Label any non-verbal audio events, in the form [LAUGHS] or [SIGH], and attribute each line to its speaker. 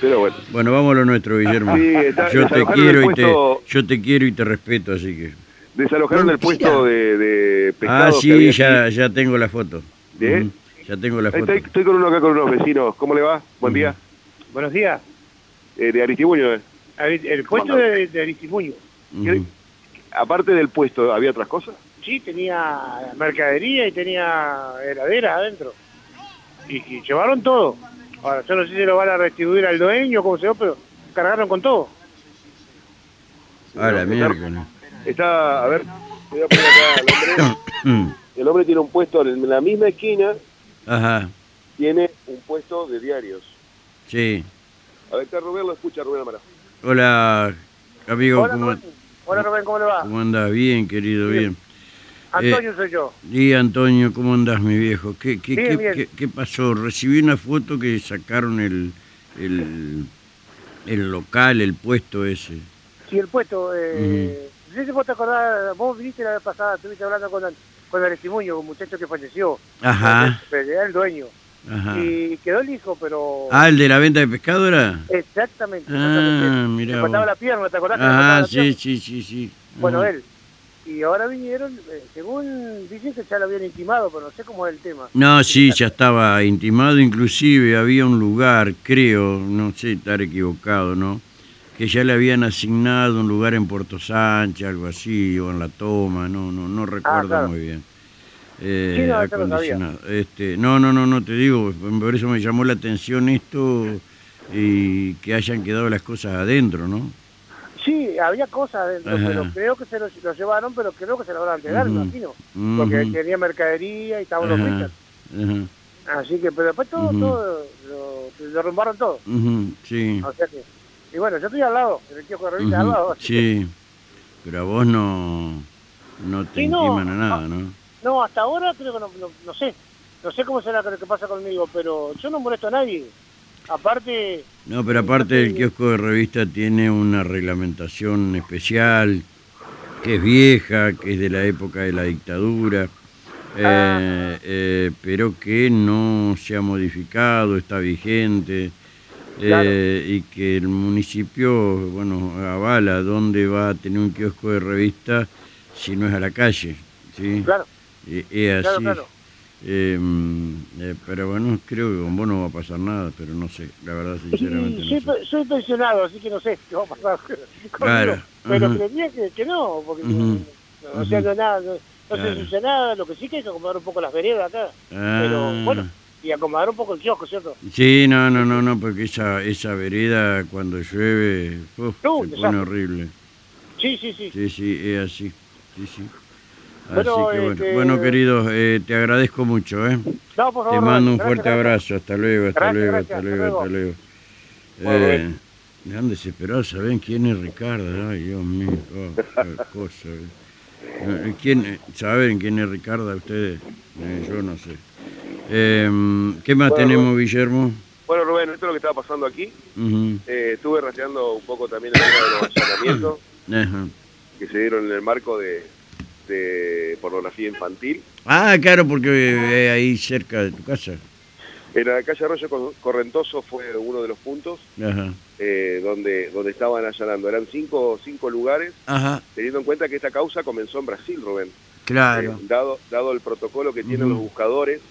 Speaker 1: Pero bueno.
Speaker 2: Bueno, vamos a lo nuestro, Guillermo.
Speaker 1: Sí, está-
Speaker 2: yo te
Speaker 1: desalojaron
Speaker 2: quiero
Speaker 1: el
Speaker 2: y te,
Speaker 1: puesto-
Speaker 2: yo te quiero y te respeto, así que.
Speaker 1: Desalojaron el
Speaker 3: Mentira.
Speaker 1: puesto de, de pescado.
Speaker 2: Ah,
Speaker 1: que
Speaker 2: sí,
Speaker 1: había
Speaker 2: ya,
Speaker 1: aquí.
Speaker 2: ya tengo la foto.
Speaker 1: ¿Bien?
Speaker 2: Ujú, Ya tengo la
Speaker 1: Ahí
Speaker 2: foto.
Speaker 1: Estoy, estoy con uno acá con unos vecinos. ¿Cómo le va? Buen día.
Speaker 4: Buenos días.
Speaker 1: Eh, de Aristibuño. eh.
Speaker 4: A ver, El puesto de, de Aristimuño.
Speaker 2: Ujú.
Speaker 1: Aparte del puesto, ¿había otras cosas?
Speaker 4: Sí, tenía mercadería y tenía heladera adentro. Y, y llevaron todo. Ahora, yo no sé si lo van a restituir al dueño, como sea, pero cargaron con todo.
Speaker 2: A Ah, la
Speaker 1: Claro.
Speaker 2: miércoles. [COUGHS]
Speaker 1: Está, a ver, le voy a poner acá al hombre. El hombre tiene un puesto en la misma esquina,
Speaker 2: Ajá,
Speaker 1: tiene un puesto de diarios.
Speaker 2: sí.
Speaker 1: A ver, está Rubén, lo escucha Rubén Amara.
Speaker 2: Hola, amigo,
Speaker 4: Hola,
Speaker 2: ¿cómo,
Speaker 4: Rubén. Hola, Rubén, ¿cómo le va?
Speaker 2: cómo andás? Bien, querido, bien.
Speaker 4: Antonio soy yo.
Speaker 2: Y Antonio, ¿cómo andás, mi viejo? ¿Qué, qué,
Speaker 4: Bien,
Speaker 2: qué-
Speaker 4: bien.
Speaker 2: qué- qué pasó? Recibí una foto que sacaron el, el, el local, el puesto ese.
Speaker 4: Sí, el puesto. Eh, No sé si vos te acordás, vos viniste la vez pasada, estuviste hablando con, el- con Aristimuño, un muchacho que falleció.
Speaker 2: Ajá,
Speaker 4: Pero Era el dueño.
Speaker 2: ajá.
Speaker 4: Y quedó el hijo, pero...
Speaker 2: Ah, ¿el de la venta de pescado era?
Speaker 4: Exactamente.
Speaker 2: Ah,
Speaker 4: exactamente.
Speaker 2: mirá
Speaker 4: Le faltaba
Speaker 2: vos.
Speaker 4: la pierna, ¿te acordás? que le faltaba
Speaker 2: Ajá,
Speaker 4: la pierna?
Speaker 2: Ah, sí, sí, sí, sí. Ah.
Speaker 4: Bueno,
Speaker 2: Ajá.
Speaker 4: él. Y ahora vinieron, eh, según dicen que ya lo habían intimado, pero no sé cómo es el tema.
Speaker 2: No, sí, ya estaba intimado, inclusive había un lugar, creo, no sé estar equivocado, ¿no? Que ya le habían asignado un lugar en Puerto Sánchez, algo así, o en La Toma, no, no, no recuerdo
Speaker 4: Ah, claro.
Speaker 2: muy bien. Eh,
Speaker 4: Sí, no, eso lo sabía.
Speaker 2: acondicionado. este, no, no, no, no te digo, por eso me llamó la atención esto y que hayan quedado las cosas adentro, ¿no?
Speaker 4: Sí, había cosas adentro,
Speaker 2: Ajá.
Speaker 4: pero creo que se lo, lo llevaron, pero creo que se lo van a entregar,
Speaker 2: Ujú.
Speaker 4: me imagino. Porque
Speaker 2: Ujú.
Speaker 4: tenía mercadería y estaban los
Speaker 2: Ajá,
Speaker 4: pizzas.
Speaker 2: ajá,
Speaker 4: Así que, pero después todo,
Speaker 2: Ujú.
Speaker 4: todo, lo, lo derrumbaron todo.
Speaker 2: ujú, sí.
Speaker 4: O sea que, y bueno, yo estoy al lado, en el tío Correvita al
Speaker 2: Ujú,
Speaker 4: lado. así que-
Speaker 2: Sí, pero a vos no, no te
Speaker 4: Sí, no.
Speaker 2: intiman a nada, ¿no?
Speaker 4: No, hasta ahora creo que no, no- no sé. No sé cómo será lo que pasa conmigo, pero yo no molesto a nadie. Aparte,
Speaker 2: No, pero aparte el kiosco de revista tiene una reglamentación especial, que es vieja, que es de la época de la dictadura,
Speaker 4: Ah.
Speaker 2: eh, eh, pero que no se ha modificado, está vigente, eh,
Speaker 4: Claro.
Speaker 2: y que el municipio, bueno, avala dónde va a tener un kiosco de revista si no es a la calle, ¿sí?
Speaker 4: claro,
Speaker 2: Eh, eh,
Speaker 4: claro,
Speaker 2: así.
Speaker 4: claro.
Speaker 2: Eh, eh, pero bueno, creo que con vos no va a pasar nada, pero no sé, la verdad, sinceramente.
Speaker 4: Y
Speaker 2: no
Speaker 4: soy,
Speaker 2: sé.
Speaker 4: pe- soy pensionado, así que no sé qué va a pasar. [LAUGHS] conmigo.
Speaker 2: Claro,
Speaker 4: Pero
Speaker 2: ajá.
Speaker 4: creería que, que no, porque
Speaker 2: Ujú,
Speaker 4: no, no se habló nada, no, no
Speaker 2: Claro.
Speaker 4: se hizo nada. Lo que sí que hay que acomodar un poco las veredas acá.
Speaker 2: Ah.
Speaker 4: Pero bueno, y acomodar un poco el kiosco, ¿cierto?
Speaker 2: Sí, no, no, no, no, porque esa, esa vereda cuando llueve uf, se
Speaker 4: No, un
Speaker 2: pone
Speaker 4: desastre.
Speaker 2: horrible.
Speaker 4: Sí, sí, sí.
Speaker 2: Sí, sí, es así. Sí, sí. Así
Speaker 4: Bueno,
Speaker 2: que bueno.
Speaker 4: este-
Speaker 2: Bueno, queridos, eh, te agradezco mucho, ¿eh?
Speaker 4: No, por favor,
Speaker 2: Te mando un
Speaker 4: gracias,
Speaker 2: fuerte
Speaker 4: gracias.
Speaker 2: abrazo. Hasta luego, hasta
Speaker 4: Gracias,
Speaker 2: luego, hasta
Speaker 4: gracias, hasta
Speaker 2: luego, hasta luego. Eh, me han desesperado, ¿saben quién es Ricardo? Ay, Dios mío, oh,
Speaker 4: [LAUGHS]
Speaker 2: qué cosa. eh. Eh, ¿Quién, eh, ¿Saben quién es Ricardo ustedes? Eh, yo no sé. Eh, ¿Qué más tenemos, Guillermo?
Speaker 1: Bueno, Rubén, esto es lo que estaba pasando aquí.
Speaker 2: Ujú,
Speaker 1: Eh, estuve rastreando un poco también el tema de los allanamientos
Speaker 2: ajá.
Speaker 1: que se dieron en el marco de, de pornografía infantil.
Speaker 2: Ah, claro, porque eh, ahí cerca de tu casa.
Speaker 1: En la calle Arroyo Cor- Correntoso fue uno de los puntos
Speaker 2: Ajá.
Speaker 1: eh, donde, donde estaban allanando. Eran cinco, cinco lugares,
Speaker 2: Ajá,
Speaker 1: teniendo en cuenta que esta causa comenzó en Brasil, Rubén.
Speaker 2: claro.
Speaker 1: Eh, dado, dado el protocolo que tienen
Speaker 2: Ujú.
Speaker 1: los buscadores